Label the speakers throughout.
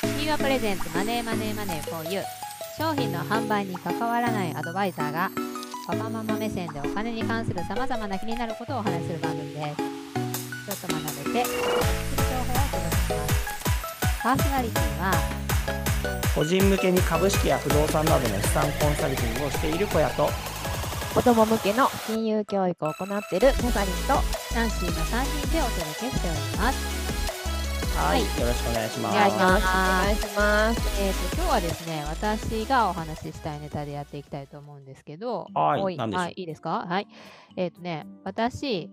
Speaker 1: 神話プレゼンツマネーマネーマネー 4U 商品の販売に関わらないアドバイザーがパパママ目線でお金に関するさまざまな気になることをお話しする番組ですちょっと学べて知る情報をお届けしますパーソナリティは
Speaker 2: 個人向けに株式や不動産などの資産コンサルティングをしている小屋と
Speaker 3: 子供向けの金融教育を行っているキャサリンと
Speaker 1: ナンシーの3人でお届けしております
Speaker 2: はいよろしくお願いします
Speaker 1: お願いします
Speaker 3: お願いします
Speaker 1: えー、と今日はですね私がお話ししたいネタでやっていきたいと思うんですけど
Speaker 2: はい
Speaker 1: お
Speaker 2: 何でしょう
Speaker 1: あいいですかはいえっ、とね私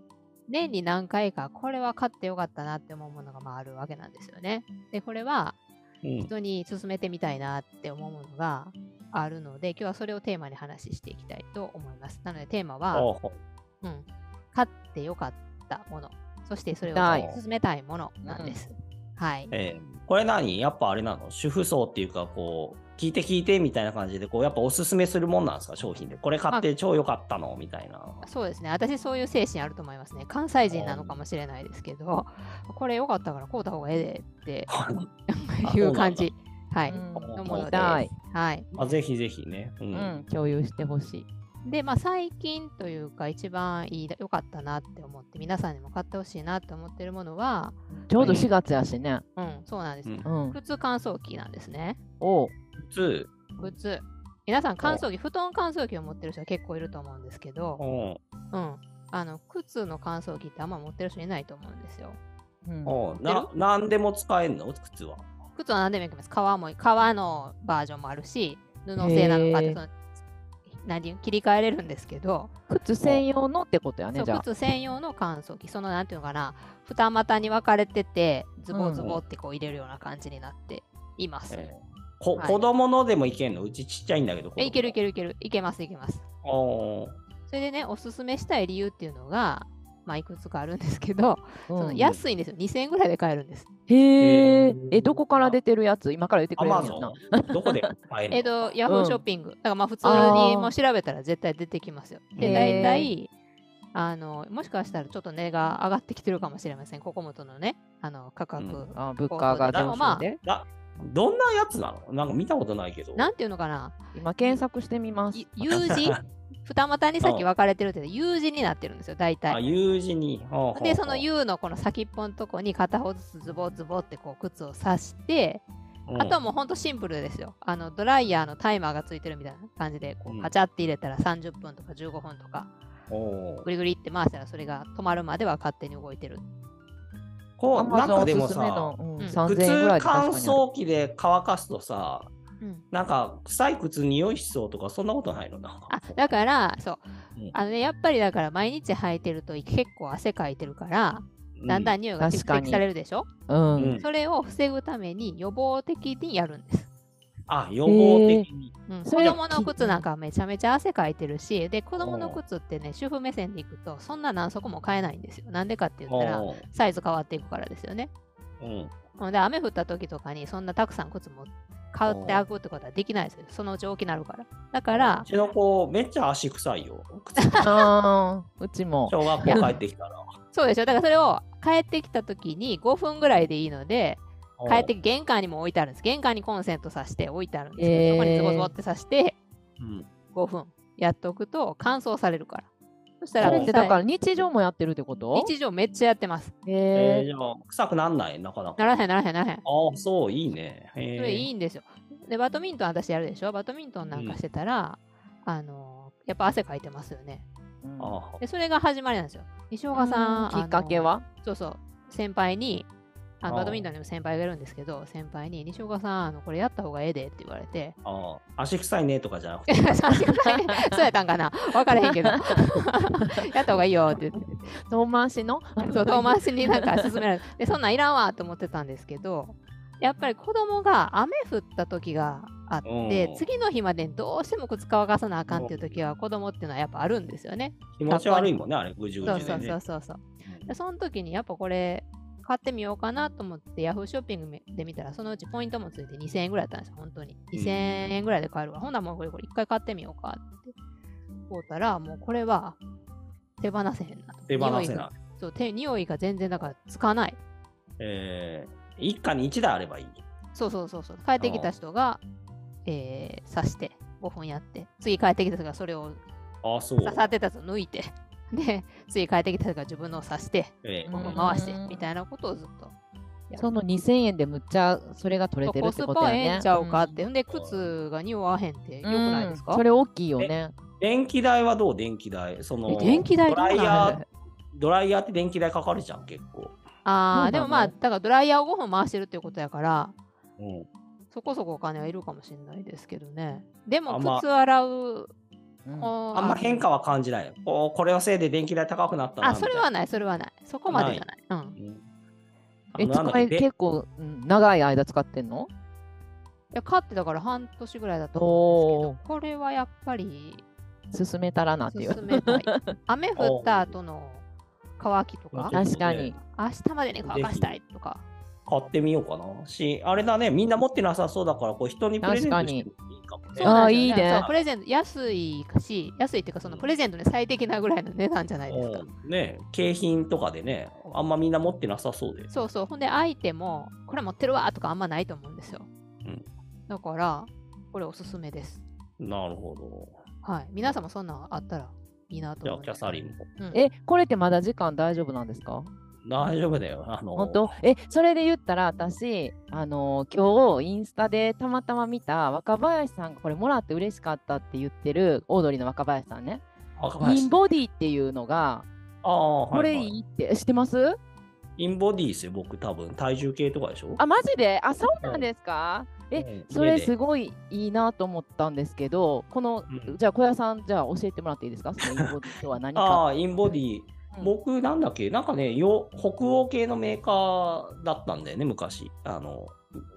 Speaker 1: 年に何回かこれは買ってよかったなって思うものがまああるわけなんですよねでこれは
Speaker 2: うん、
Speaker 1: 人に勧めてみたいなって思うものがあるので今日はそれをテーマに話していきたいと思いますなのでテーマは、
Speaker 2: おうほ
Speaker 1: うん、買ってよかったものそしてそれを
Speaker 2: はい
Speaker 1: 勧めたいものなんです、はい
Speaker 2: えーこれ何やっぱあれなの主婦層っていうかこう聞いて聞いてみたいな感じでこうやっぱおすすめするもんなんですか商品でこれ買って超良かったのみたいな
Speaker 1: そうですね。私、そういう精神あると思いますね。関西人なのかもしれないですけど、これ良かったからこうた方がええでっ
Speaker 2: あ
Speaker 1: てい
Speaker 2: そううなんだ
Speaker 1: 感じ。はい。
Speaker 2: ん
Speaker 1: の
Speaker 2: 思
Speaker 1: もの
Speaker 2: う
Speaker 1: で
Speaker 3: たい
Speaker 1: す。はい。
Speaker 2: あぜひぜひね、う
Speaker 3: うんん、共有してほしい
Speaker 1: で、まあ、最近というか、一番いい良かったなって思って、皆さんにも買ってほしいなって思ってるものは、
Speaker 3: ちょうど4月やしね
Speaker 1: うん、そうなんです。
Speaker 2: うん
Speaker 3: うん
Speaker 1: 靴乾燥機なんですね。
Speaker 3: おう
Speaker 2: 普通
Speaker 1: 靴。皆さん、乾燥機、布団乾燥機を持ってる人は結構いると思うんですけ
Speaker 2: う
Speaker 1: ど、
Speaker 2: ん
Speaker 1: うん。あの、靴の乾燥機ってあんま持ってる人いないと思うんですよ。
Speaker 3: うん
Speaker 2: うんな何でも使えんの靴は
Speaker 1: 靴は何でもいけます。革も革のバージョンもあるし、布製なのかっ
Speaker 3: へ
Speaker 1: て
Speaker 3: ー
Speaker 1: その何切り替えれるんですけど、
Speaker 3: 靴専用のってことや
Speaker 1: そ
Speaker 3: ね
Speaker 1: う
Speaker 3: じゃあ
Speaker 1: 靴専用の乾燥機、そのなんていうのかな、二股に分かれてて、ズボズボってこう入れるような感じになっています。
Speaker 2: えーこ
Speaker 1: はい
Speaker 2: 子供のでもいけんのうちちっちゃいんだけど
Speaker 1: えいけるいけ
Speaker 2: る
Speaker 1: るいける、いけますいけます。
Speaker 2: おー
Speaker 1: それでね、おすすめしたい理由っていうのが、まあ、いくつかあるんですけど、その
Speaker 3: うん
Speaker 1: 安いんですよ。2000円ぐらいで買えるんです。
Speaker 3: へえ
Speaker 2: ー
Speaker 3: えどこから出てるやつ今から言ってく
Speaker 2: ア
Speaker 3: れる
Speaker 2: マ
Speaker 3: んやんな
Speaker 2: ゾンどこで買える の
Speaker 1: えっと、ヤフ
Speaker 3: う
Speaker 1: ー
Speaker 3: ん
Speaker 1: ショッピング。だからまあ普通
Speaker 3: あ
Speaker 1: に
Speaker 3: ー
Speaker 1: もう調べたら絶対出てきますよ。で、
Speaker 2: へ
Speaker 1: 大
Speaker 2: ー
Speaker 1: 体、あの、もしかしたらちょっと値が上がってきてるかもしれません。ここもとのね、あの、価格。
Speaker 2: うん
Speaker 3: あ物価が上
Speaker 1: まあ
Speaker 3: 昇で
Speaker 2: などんなやつなのなんか見たことないけど。
Speaker 1: なんていうのかな
Speaker 3: 今検索してみます
Speaker 1: い U 字二股にさっき分かれてるけど、U 字になってるんですよ、大
Speaker 2: あ、
Speaker 1: 体。
Speaker 2: U 字に。ほうほうほう
Speaker 1: で、その U のこの先っぽのとこに片方ずつズボズボってこう靴を刺して、
Speaker 2: うん
Speaker 1: あとはもうほんとシンプルですよ。あの、ドライヤーのタイマーがついてるみたいな感じで、こ
Speaker 2: うん
Speaker 1: う、カチャって入れたら30分とか15分とか、
Speaker 2: おー
Speaker 1: グリグリって回したらそれが止まるまでは勝手に動いてる。
Speaker 2: こ
Speaker 3: ア
Speaker 2: う、な
Speaker 3: マ
Speaker 2: ん
Speaker 3: ゾン
Speaker 2: か
Speaker 3: お
Speaker 2: でも
Speaker 3: すすめ
Speaker 2: さ
Speaker 3: の、、うん
Speaker 1: うん
Speaker 2: 普
Speaker 3: 3000円ぐ
Speaker 2: 通
Speaker 3: らいで確か
Speaker 2: 乾
Speaker 3: にある
Speaker 2: 燥機で乾かすとさ、
Speaker 1: うん、
Speaker 2: なんか臭い靴匂いしそうとか、そんなことないのなんか
Speaker 1: あだからそう
Speaker 2: うん
Speaker 1: あの、ね、やっぱりだから毎日履いてると結構汗かいてるからだんだ
Speaker 2: うん
Speaker 1: ん匂いが蓄
Speaker 3: 確か
Speaker 1: 積
Speaker 3: に
Speaker 1: されるでしょ、
Speaker 3: うん、
Speaker 2: うん
Speaker 1: それを防ぐために予防的にやるんです、
Speaker 2: あ、予防的に。
Speaker 1: うん、子
Speaker 3: それ
Speaker 1: 供の靴なんかめちゃめちゃ汗かいてるしで子供の靴ってね主婦目線でいくとそんな何足も買えないんですよなんでかって言ったら
Speaker 2: おー
Speaker 1: サイズ変わっていくからですよね
Speaker 2: うん
Speaker 1: ほんで雨降った時とかにそんなたくさん靴も買ってあくってことはできないですよそのうち大きなるからだから
Speaker 2: うちの子、めっちゃ足臭いよ。靴
Speaker 3: あーうちも
Speaker 2: 小学校帰ってきたら。
Speaker 1: そうでしょ。だからそれを帰ってきた時に5分ぐらいでいいので、帰って玄関にも置いてあるんです。玄関にコンセントさして置いてあるんですけど、
Speaker 3: えー
Speaker 1: そこにズボズボってさして
Speaker 2: うん
Speaker 1: 5分やっておくと乾燥されるから。そした
Speaker 3: そ
Speaker 1: ら
Speaker 3: れ
Speaker 2: う
Speaker 3: っ
Speaker 2: ん
Speaker 3: てだから日常もやってるってこと
Speaker 1: 日常めっちゃやってます。
Speaker 2: えー
Speaker 3: へえ
Speaker 2: じゃあ、臭くなんないなかなか。
Speaker 1: ならへんならへんならへん。
Speaker 2: ああ、そう、いいね。そ
Speaker 1: それいいんですよ。で、バドミントン私やるでしょ。バドミントンなんかしてたら、あのーやっぱ汗かいてますよね。
Speaker 2: あー
Speaker 1: で、それが始まりなんですよ。西岡さん、
Speaker 3: きっかけ
Speaker 1: は
Speaker 3: は
Speaker 1: そうそう、先輩に、あの
Speaker 2: ああ
Speaker 1: バドミントンにも先輩がいるんですけど、先輩に、西岡さん、あのこれやった方がええでって言われ て、
Speaker 2: あー足臭いねとかじゃなくて。
Speaker 1: そうやったんかな分からへんけど、や った方がいいよって言って、
Speaker 3: 遠回しの
Speaker 1: そう遠回しになんか勧められて、でそんなんいらんわと思ってたんですけど、やっぱり子供が雨降った時があって、
Speaker 2: うん
Speaker 1: 次の日 までにどうしても靴乾かさなあかんっていう時は、子供っていうのはやっぱあるんですよね。
Speaker 2: 気持ち悪いもんね、あれ、ぐじゅぐ
Speaker 1: そう
Speaker 2: じゅ
Speaker 1: そう
Speaker 2: でね
Speaker 1: そう。そうそう。でその時にやっぱこれ買ってみようかなと思ってヤフーショッピングで見たらそのうちポイントもついて2000円ぐらいだったんですよ、本当に。
Speaker 2: ん
Speaker 1: 2000円ぐらいで買えるわ。ほんならもうこれこれ一回買ってみようかって買うたらもうこれは手放せへんな。
Speaker 2: 手放せ
Speaker 1: 匂い
Speaker 2: ない
Speaker 1: が。そう、手、匂いが全然だからつかない。
Speaker 2: えー、一家に一台あればいい。
Speaker 1: そうそうそうそう。帰ってきた人が、えー、刺して5分やって、次帰ってきた人がそれを
Speaker 2: ああ、そう。
Speaker 1: 刺さってたやつを抜いて、で、次帰ってきた人が自分のを刺して、
Speaker 2: ええ
Speaker 3: うん
Speaker 1: ここ回して
Speaker 3: う、ん
Speaker 1: みたいなことをずっと。
Speaker 3: その2000円でむっちゃそれが取れてる
Speaker 1: コ
Speaker 3: っ
Speaker 1: ス
Speaker 3: てこと
Speaker 1: パ
Speaker 3: や
Speaker 1: え
Speaker 3: ね。
Speaker 1: えんちゃうかって。
Speaker 3: ん。
Speaker 1: ほんで、靴が匂わへんってよくないですか、
Speaker 3: うんそれ大きいよね。
Speaker 2: 電気代はどう電気代。その
Speaker 1: え電気代
Speaker 2: ド
Speaker 1: どう
Speaker 2: ライヤ
Speaker 1: な
Speaker 2: ー
Speaker 1: る、
Speaker 2: ドライヤーって電気代かかるじゃん、結構。
Speaker 1: あ
Speaker 3: そ
Speaker 1: あ、
Speaker 3: うなの
Speaker 1: でもまあ、だからドライヤーを5分回してるってことやから、
Speaker 2: うん。
Speaker 1: そこそこお金はいるかもしれないですけどね。で
Speaker 2: あ
Speaker 1: も、
Speaker 2: んま
Speaker 1: 靴洗う、
Speaker 3: うん
Speaker 1: お
Speaker 2: あんま変化は感じない。こうこれのせいで電気代高くなったな
Speaker 1: あ、
Speaker 2: みた
Speaker 1: そ
Speaker 2: い
Speaker 1: れ
Speaker 2: な。
Speaker 1: はない、それはない。そこまでじゃない。うん。
Speaker 2: うん。あ
Speaker 3: え、
Speaker 2: のなんだっ
Speaker 3: 使
Speaker 2: け
Speaker 3: い
Speaker 2: で
Speaker 3: 結構うん長い間使ってんの
Speaker 1: いや、買ってだから半年ぐらいだと思うん
Speaker 3: お
Speaker 1: ですけど、これはやっぱり
Speaker 3: 進めたらなっていう。
Speaker 1: 進めたい。雨降った後の乾きとか、
Speaker 2: おー
Speaker 3: 確かに。
Speaker 1: 明日までに乾かしたいとか。
Speaker 2: 買ってみようかな。し、あれだね、みんな持ってなさそうだから、こう人にプレゼントしてもいいかも
Speaker 1: そ
Speaker 2: ね。
Speaker 1: うなん
Speaker 3: あー
Speaker 1: ですよ
Speaker 3: いいね
Speaker 1: そうプレゼント、安いし、安いっていうか、そのプレゼントに最適なぐらいの値段じゃないですか。
Speaker 2: うんね景品とかでね、あんまみんな持ってなさそうで。
Speaker 1: そうそう。ほんで、相手も、これ持ってるわとかあんまないと思うんですよ。
Speaker 2: うん
Speaker 1: だから、これおすすめです。
Speaker 2: なるほど。
Speaker 1: はい。皆さんもそんなんあったらいいなと
Speaker 2: じゃあ、
Speaker 1: 思い
Speaker 2: キャ
Speaker 1: ます。
Speaker 2: サリンも。
Speaker 1: うん
Speaker 3: え、これってまだ時間大丈夫なんですか
Speaker 2: 大丈夫だよ。あの、
Speaker 3: 本当え、それで言ったら私、あの今日インスタでたまたま見た若林さんがこれもらって嬉しかったって言ってるオードリーの若林さんね。
Speaker 2: 若
Speaker 3: イ
Speaker 2: 林
Speaker 3: ンボディっていうのが、
Speaker 2: ああ、はい、
Speaker 3: これ
Speaker 2: はい
Speaker 3: いって知ってます
Speaker 2: インボディーっすよ、僕多分。体重計とかでしょ
Speaker 3: あ、マジであ、そうなんですかえ、それすごいいいなと思ったんですけど、この、
Speaker 2: うん
Speaker 3: じゃあ小屋さん、じゃあ教えてもらってい いですかそのインボディとは何
Speaker 2: ご
Speaker 3: か。
Speaker 2: ああ、インボディー。
Speaker 3: うん
Speaker 2: 僕、なんだっけなんかねよ、北欧系のメーカーだったんだよね、昔。あの、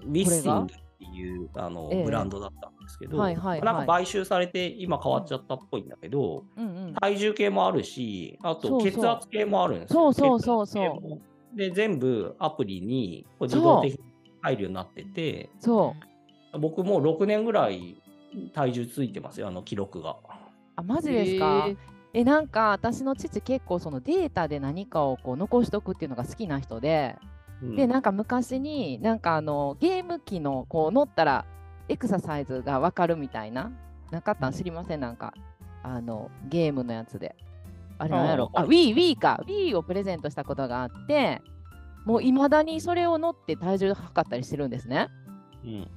Speaker 2: ウィッシングっていうあの、
Speaker 3: ええ
Speaker 2: ブランドだったんですけど、
Speaker 3: はいはいはい
Speaker 2: なんか買収されて今変わっちゃったっぽいんだけど、
Speaker 3: うんうん、
Speaker 2: 体重計もあるし、あ
Speaker 3: そ
Speaker 2: と
Speaker 3: うそう
Speaker 2: 血圧計もあるんです
Speaker 3: そう
Speaker 2: よ。
Speaker 3: そうそうそう
Speaker 2: 血圧計もで、全部アプリにこう自動的に入るようになってて、
Speaker 3: そう。
Speaker 2: 僕もう6年ぐらい体重ついてますよ、あの記録が。
Speaker 3: あ、マジですか、えなんか私の父結構そのデータで何かをこう残しとくっていうのが好きな人で、
Speaker 2: うん
Speaker 3: でなんか昔になんかあのゲーム機のこう乗ったらエクササイズがわかるみたいななかったん知りませんなんかあのゲームのやつであれなんやろ
Speaker 2: あ
Speaker 3: あ
Speaker 2: わ
Speaker 3: WeeWee か Wii をプレゼントしたことがあってもういまだにそれを乗って体重測ったりしてるんですね。
Speaker 2: うん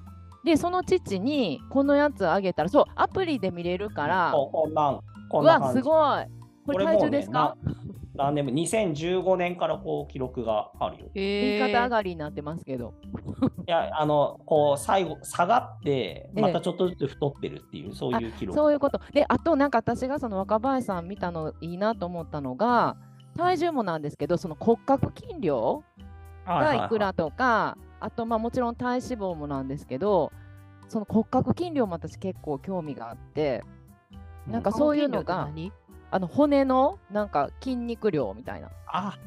Speaker 3: でその父にこのやつあげたらそうアプリで見れるから
Speaker 2: ここんなんこ
Speaker 3: うん
Speaker 2: な
Speaker 3: わ
Speaker 2: 感
Speaker 3: す
Speaker 2: じ
Speaker 3: ごいこれ体重ですか、
Speaker 2: これもうねな何年も2015年からこう記録があるよ。い
Speaker 1: 言
Speaker 3: 言い方上がりになってますけど、
Speaker 2: や、あの、こう、最後、下がって、
Speaker 3: ええ
Speaker 2: またちょっとずつ太ってるっていう、そういう記録。
Speaker 3: そういうことであとなんか私がその若林さん見たのいいなと思ったのが体重もなんですけどその骨格筋量
Speaker 2: はいはいは
Speaker 3: がいくらとか、あとまあもちろん体脂肪もなんですけどその骨格筋量も私結構興味があって
Speaker 2: い
Speaker 3: なんか
Speaker 2: う
Speaker 3: そういうのがあの骨のなんか筋肉量みたいな。
Speaker 2: あ、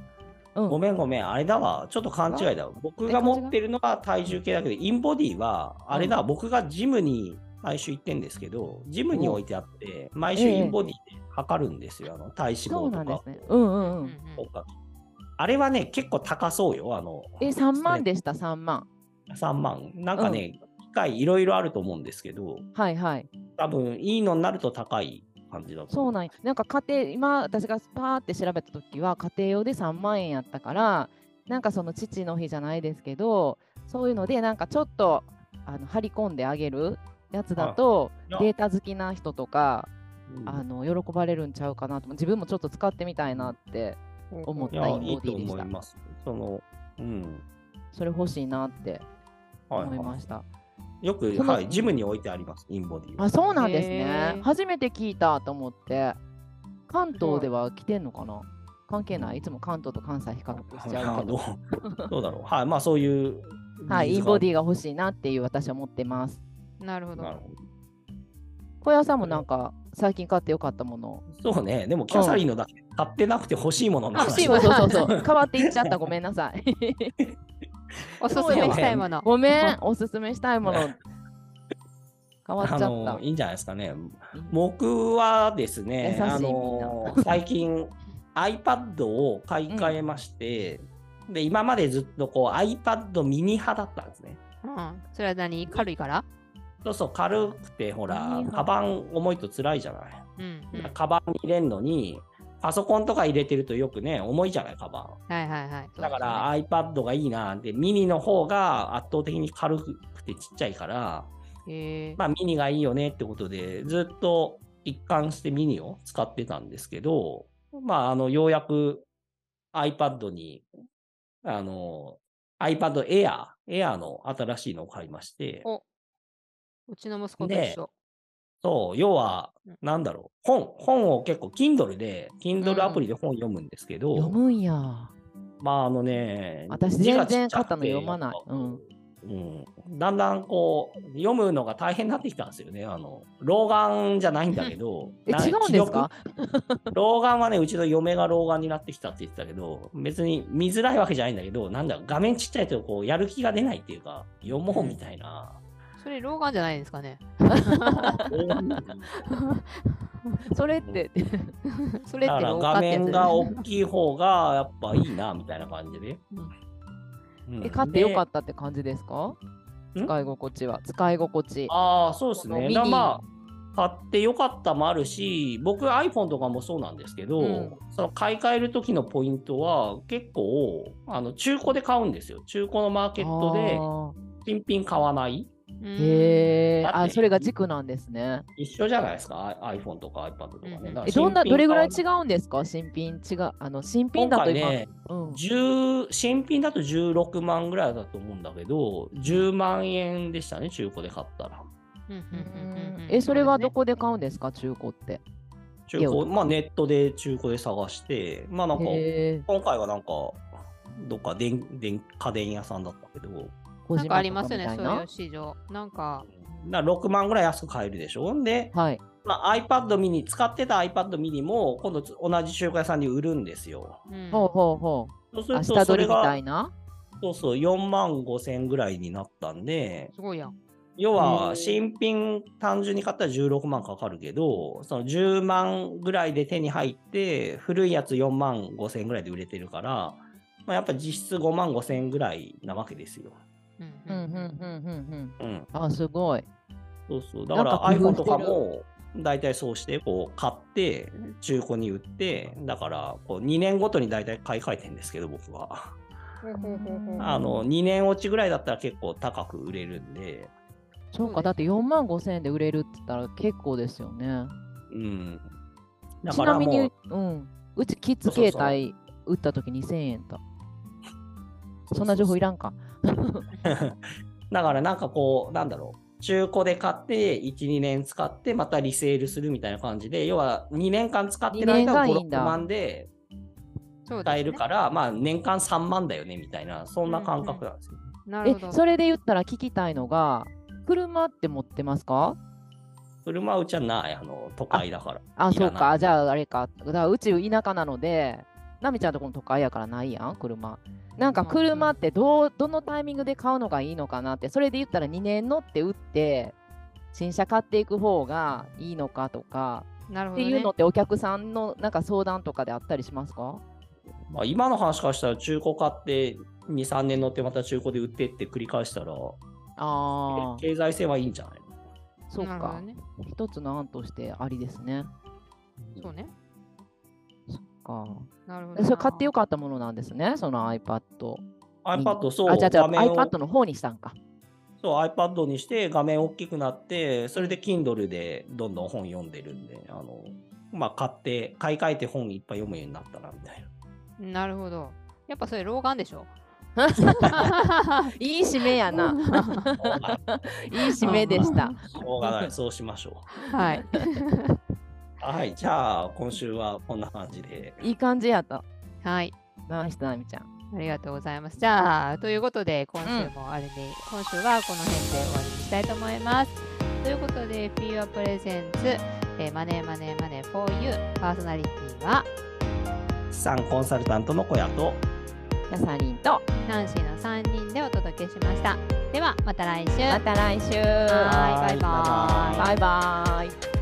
Speaker 3: うん
Speaker 2: ごめんごめん、あれだわ。ちょっと勘違いだわ。僕が持ってるのは体重計だけど、インボディは、あれだわ、僕がジムに毎週行ってんですけど、ジムに置いてあって、毎週
Speaker 3: ええ
Speaker 2: インボディで測るんですよ、あの体脂
Speaker 3: そうな
Speaker 2: 肪
Speaker 3: んで
Speaker 2: と
Speaker 3: す
Speaker 2: か
Speaker 3: ね。うんうん
Speaker 1: う
Speaker 3: うんん。
Speaker 1: うん
Speaker 2: 骨格。あれはね、結構高そうよ、あの。
Speaker 3: え3万でした3万。
Speaker 2: 3万。なんかね、機械いろいろあると思うんですけど、
Speaker 3: はいはい。
Speaker 2: 多分いいのになると高い感じだと
Speaker 3: そ
Speaker 2: 思
Speaker 3: うなんやなんか家庭今私がパーって調べた時は家庭用で3万円やったからなんかその父の日じゃないですけどそういうのでなんかちょっとあの張り込んであげるやつだと
Speaker 2: いや
Speaker 3: データ好きな人とか
Speaker 2: うん
Speaker 3: あの喜ばれるんちゃうかなと自分もちょっと使ってみたいなって思っ
Speaker 2: い
Speaker 3: た
Speaker 2: や、
Speaker 3: イン
Speaker 2: い
Speaker 3: ボ
Speaker 2: い
Speaker 3: デ
Speaker 2: と
Speaker 3: ィでし
Speaker 2: 思い
Speaker 3: た
Speaker 2: ます。その、うん。
Speaker 3: それ欲しいなって
Speaker 2: はい
Speaker 3: 思
Speaker 2: はいい
Speaker 3: ました
Speaker 2: よく、
Speaker 3: その
Speaker 2: はい、ジムに置いてあります、インボディは。
Speaker 3: あそうなんです
Speaker 1: へ
Speaker 3: ね
Speaker 1: ー
Speaker 3: 初めて聞いたと思って関東では来てんのかな関係ないいつも関東と関西比較しちゃうけど
Speaker 2: ど。 どうだろう。はい、まあそういう。
Speaker 3: はい、インボデ
Speaker 2: ィ。
Speaker 3: ィが欲しいなっていう私は思ってます。
Speaker 1: なるほ
Speaker 2: なる
Speaker 1: ど。
Speaker 2: ほ
Speaker 3: 小屋さんもなんか最近買ってよかったもの。
Speaker 2: どそうね、でもキャサリンのだけ買ってなくて欲しいものの
Speaker 1: あ欲しい
Speaker 2: 話
Speaker 1: も
Speaker 3: そ
Speaker 1: の
Speaker 3: うそうそうそう。変わっていっちゃった。ごめんなさい。
Speaker 1: おすすめしたいもの。
Speaker 3: ごめん。おすすめしたいもの。変わっちゃ
Speaker 2: あ
Speaker 3: った。
Speaker 2: のいいんじゃないですかね。僕はですね、
Speaker 3: 優しい
Speaker 2: あの最近 iPad を買い替えまして、で今までずっとこう iPad ミニ派だったんですね。
Speaker 1: うん。それは何軽いから
Speaker 2: そうそう、軽くて、ほら
Speaker 3: 何が、
Speaker 2: カバン重いと辛いじゃない。
Speaker 1: うん、うん。
Speaker 2: カバンに入れんのに、パソコンとか入れてるとよくね、重いじゃない、カバ
Speaker 1: はいはいはい。
Speaker 2: ン。だから iPad がいいなで、ミニの方が圧倒的に軽くてちっちゃいから、
Speaker 1: そうですね、へえ
Speaker 2: まあミニがいいよねってことで、ずっと一貫してミニを使ってたんですけど、まああの、ようやく iPad に、あの、iPad Air、Air の新しいのを買いまして、
Speaker 1: おうちの息子と一緒。
Speaker 2: そう、要は
Speaker 1: うん、
Speaker 2: なんだろう、本、本を結構 Kindle で、
Speaker 1: うん
Speaker 2: Kindle アプリで本読むんですけど、
Speaker 3: 読むんや。
Speaker 2: まああのね、
Speaker 3: 私
Speaker 2: 字がち
Speaker 3: 全
Speaker 2: っ
Speaker 3: 然
Speaker 2: ちゃくて
Speaker 3: 買ったの読まないうん、
Speaker 2: うんだんだんこう読むのが大変になってきたんですよね。あの老眼じゃないんだけど
Speaker 3: え、
Speaker 2: な
Speaker 3: 違うんですか
Speaker 2: 視力老眼はね、うちの嫁が老眼になってきたって言ってたけど、別に見づらいわけじゃないんだけど、なんだ画面ちっちゃいとこうやる気が出ないっていうか、読もうみたいな。
Speaker 1: それ老眼じゃないですかね。
Speaker 2: 老眼なんだよ
Speaker 3: それって。
Speaker 1: それっ
Speaker 2: だ
Speaker 1: て
Speaker 2: から
Speaker 1: 老化っ
Speaker 2: 画
Speaker 1: てやつ
Speaker 2: 面
Speaker 1: で
Speaker 2: が大きい方がやっぱいいなみたいな感じで。うん
Speaker 3: え、買ってよか
Speaker 2: で
Speaker 3: ったって感じですか
Speaker 2: ん
Speaker 3: 使い心地は。使い心地。
Speaker 2: ああ、そうです
Speaker 3: この
Speaker 2: ね。
Speaker 3: ミニ
Speaker 2: だからまあ、買ってよかったもあるし、僕 iPhone とかもそうなんですけど、
Speaker 3: うん
Speaker 2: その買い替える時のポイントは結構、あの中古で買うんですよ。中古のマーケットで新品買わない。
Speaker 1: うん
Speaker 3: あーへえ。
Speaker 2: だっ
Speaker 3: あ、
Speaker 2: て
Speaker 3: それが軸なんですね。
Speaker 2: 一緒じゃないですか、I- iPhone とか iPad とかね
Speaker 1: うんうん。
Speaker 2: だから
Speaker 3: え、
Speaker 2: 新
Speaker 3: どん
Speaker 2: 品
Speaker 3: な、どれぐらい
Speaker 2: 買
Speaker 3: 違うんですか新品、違う。あの、新
Speaker 2: 今
Speaker 3: 品だと
Speaker 2: 回
Speaker 3: 今。
Speaker 2: ね、
Speaker 3: うん。
Speaker 2: 10新品だと16万ぐらいだと思うんだけど、10万円でしたね、中古で買ったら。
Speaker 1: うんうんうんうんうん
Speaker 3: え、それはどこで買うんですか中古って。
Speaker 2: 中
Speaker 3: いや
Speaker 2: 古、まあネットで中古で探して、まあなんか、
Speaker 3: へえ。
Speaker 2: 今回はなんか、どっか電電家電屋さんだったけど、
Speaker 1: なんかありますよね、
Speaker 3: 小島
Speaker 1: そ
Speaker 3: と
Speaker 1: う
Speaker 3: か
Speaker 1: い
Speaker 3: み
Speaker 1: う市場。なんか、
Speaker 2: な6万ぐらい安く買えるでしょ。んで
Speaker 3: たい、なはい。
Speaker 2: まあ、iPad mini、使ってた iPad mini も今度つ同じ中華屋さんに売るんですよ。
Speaker 1: うん
Speaker 3: ほうほうほ
Speaker 2: そうすると
Speaker 3: う。明日
Speaker 2: そ
Speaker 3: 取
Speaker 2: れ
Speaker 3: りみた
Speaker 2: が
Speaker 3: いな。
Speaker 2: そうそう4万5千ぐらいになったんです
Speaker 1: ごいやん。
Speaker 2: 要
Speaker 3: へー
Speaker 2: は新品単純に買ったら16万かかるけどその10万ぐらいで手に入って古いやつ4万5千ぐらいで売れてるから、まあ、やっぱ実質5万5千ぐらいなわけですよ。
Speaker 1: うん
Speaker 3: うんうんうんうん
Speaker 2: うん、
Speaker 3: うん。あ、すごい。
Speaker 2: そうそう。だか
Speaker 3: なん
Speaker 2: ら
Speaker 3: か工夫
Speaker 2: iPhone
Speaker 3: し
Speaker 2: と
Speaker 3: てる
Speaker 2: かも、大体そうして、こう、買って、中古に売って、だから、こう、2年ごとに大体買い替えてんですけど、僕は。
Speaker 1: ほうほうほうほう
Speaker 2: あの、2年落ちぐらいだったら結構高く売れるんで、
Speaker 3: そうか、だって4万5千円で売れるって言ったら結構ですよね。
Speaker 2: うん。だ
Speaker 3: ち
Speaker 2: か
Speaker 3: な
Speaker 2: ら
Speaker 3: み
Speaker 2: も
Speaker 3: に
Speaker 2: う、、
Speaker 3: うん、うちキッ
Speaker 2: そ
Speaker 3: ズ
Speaker 2: うそう
Speaker 3: 携
Speaker 2: そう
Speaker 3: 帯売ったとき2000円と。
Speaker 2: うそう
Speaker 3: そんな情報いらんか。
Speaker 2: だからなんかこう、なんだろう。中古で買って、1、2年使って、またリセールするみたいな感じで、要は2年間使ってる間は
Speaker 3: 二年が
Speaker 2: 5、
Speaker 3: いいん
Speaker 2: 6
Speaker 3: だ
Speaker 2: 万で
Speaker 1: そうです
Speaker 2: 買える
Speaker 1: ね。
Speaker 2: から、まあ年間3万だよね、みたいな、そんな感覚なんですよ。
Speaker 1: なる
Speaker 3: え
Speaker 1: ほど。、
Speaker 3: それで言ったら聞きたいのが、車って持ってますか
Speaker 2: 車はうちはない、あの、都会だから。
Speaker 3: あ、
Speaker 2: いら
Speaker 3: そ
Speaker 2: な
Speaker 3: う
Speaker 2: い
Speaker 3: か、じゃああれか。だからうち田舎なので、なみちゃんとこの都会やからないやん、車。なんか
Speaker 1: うん
Speaker 3: 車ってどうどのタイミングで買うのがいいのかなって、それで言ったら2年乗って売って、新車買っていく方がいいのかとか、
Speaker 1: なるほ
Speaker 3: っ
Speaker 1: ど
Speaker 3: て
Speaker 1: ね。
Speaker 3: いうのってお客さんのなんか相談とかであったりしますか
Speaker 2: まあ、今の話からしたら中古買って2、3年乗ってまた中古で売ってって繰り返したら、
Speaker 3: ああ、
Speaker 2: 経済性はいいんじゃないの
Speaker 3: そう
Speaker 1: なるほ
Speaker 3: か
Speaker 1: ど。ね。
Speaker 3: 一つの案としてありですね。
Speaker 1: そうね。
Speaker 3: か
Speaker 1: なるほど
Speaker 3: え
Speaker 1: な。
Speaker 3: それ買ってよかったものなんですね、その iPad。
Speaker 2: iPad、そう、
Speaker 3: あ、じゃあ、じゃあ
Speaker 2: 画面を
Speaker 3: iPad の方にしたんか。
Speaker 2: そう、iPad にして画面大きくなって、それで Kindle でどんどん本読んでるんで、あの、まあ、買って、買い替えて本いっぱい読むようになったな、みた いな。
Speaker 1: なるほど。やっぱそれ老眼でしょ。
Speaker 3: いい締めやな。いい締めでした。
Speaker 2: しょうがない、そうしましょ
Speaker 1: はい。
Speaker 2: う。はい、じゃあ、今週はこんな感じで。
Speaker 3: いい感じやった。
Speaker 1: はい。
Speaker 3: ナイスなみちゃん。
Speaker 1: ありがとうございます。じゃあ、ということで、今週もあれに、今週はこの辺で終わりにしたいと思います。ということで、フィーワプレゼンツ、えーマネーマネーマネー for you パーソナリティは、
Speaker 2: 資産コンサルタントの小屋と、
Speaker 3: キャサリンと、
Speaker 1: ナンシーの3人でお届けしました。では、また来週。
Speaker 3: また来週。
Speaker 1: はーいバイバイ
Speaker 2: バイバイ
Speaker 3: バイバイ。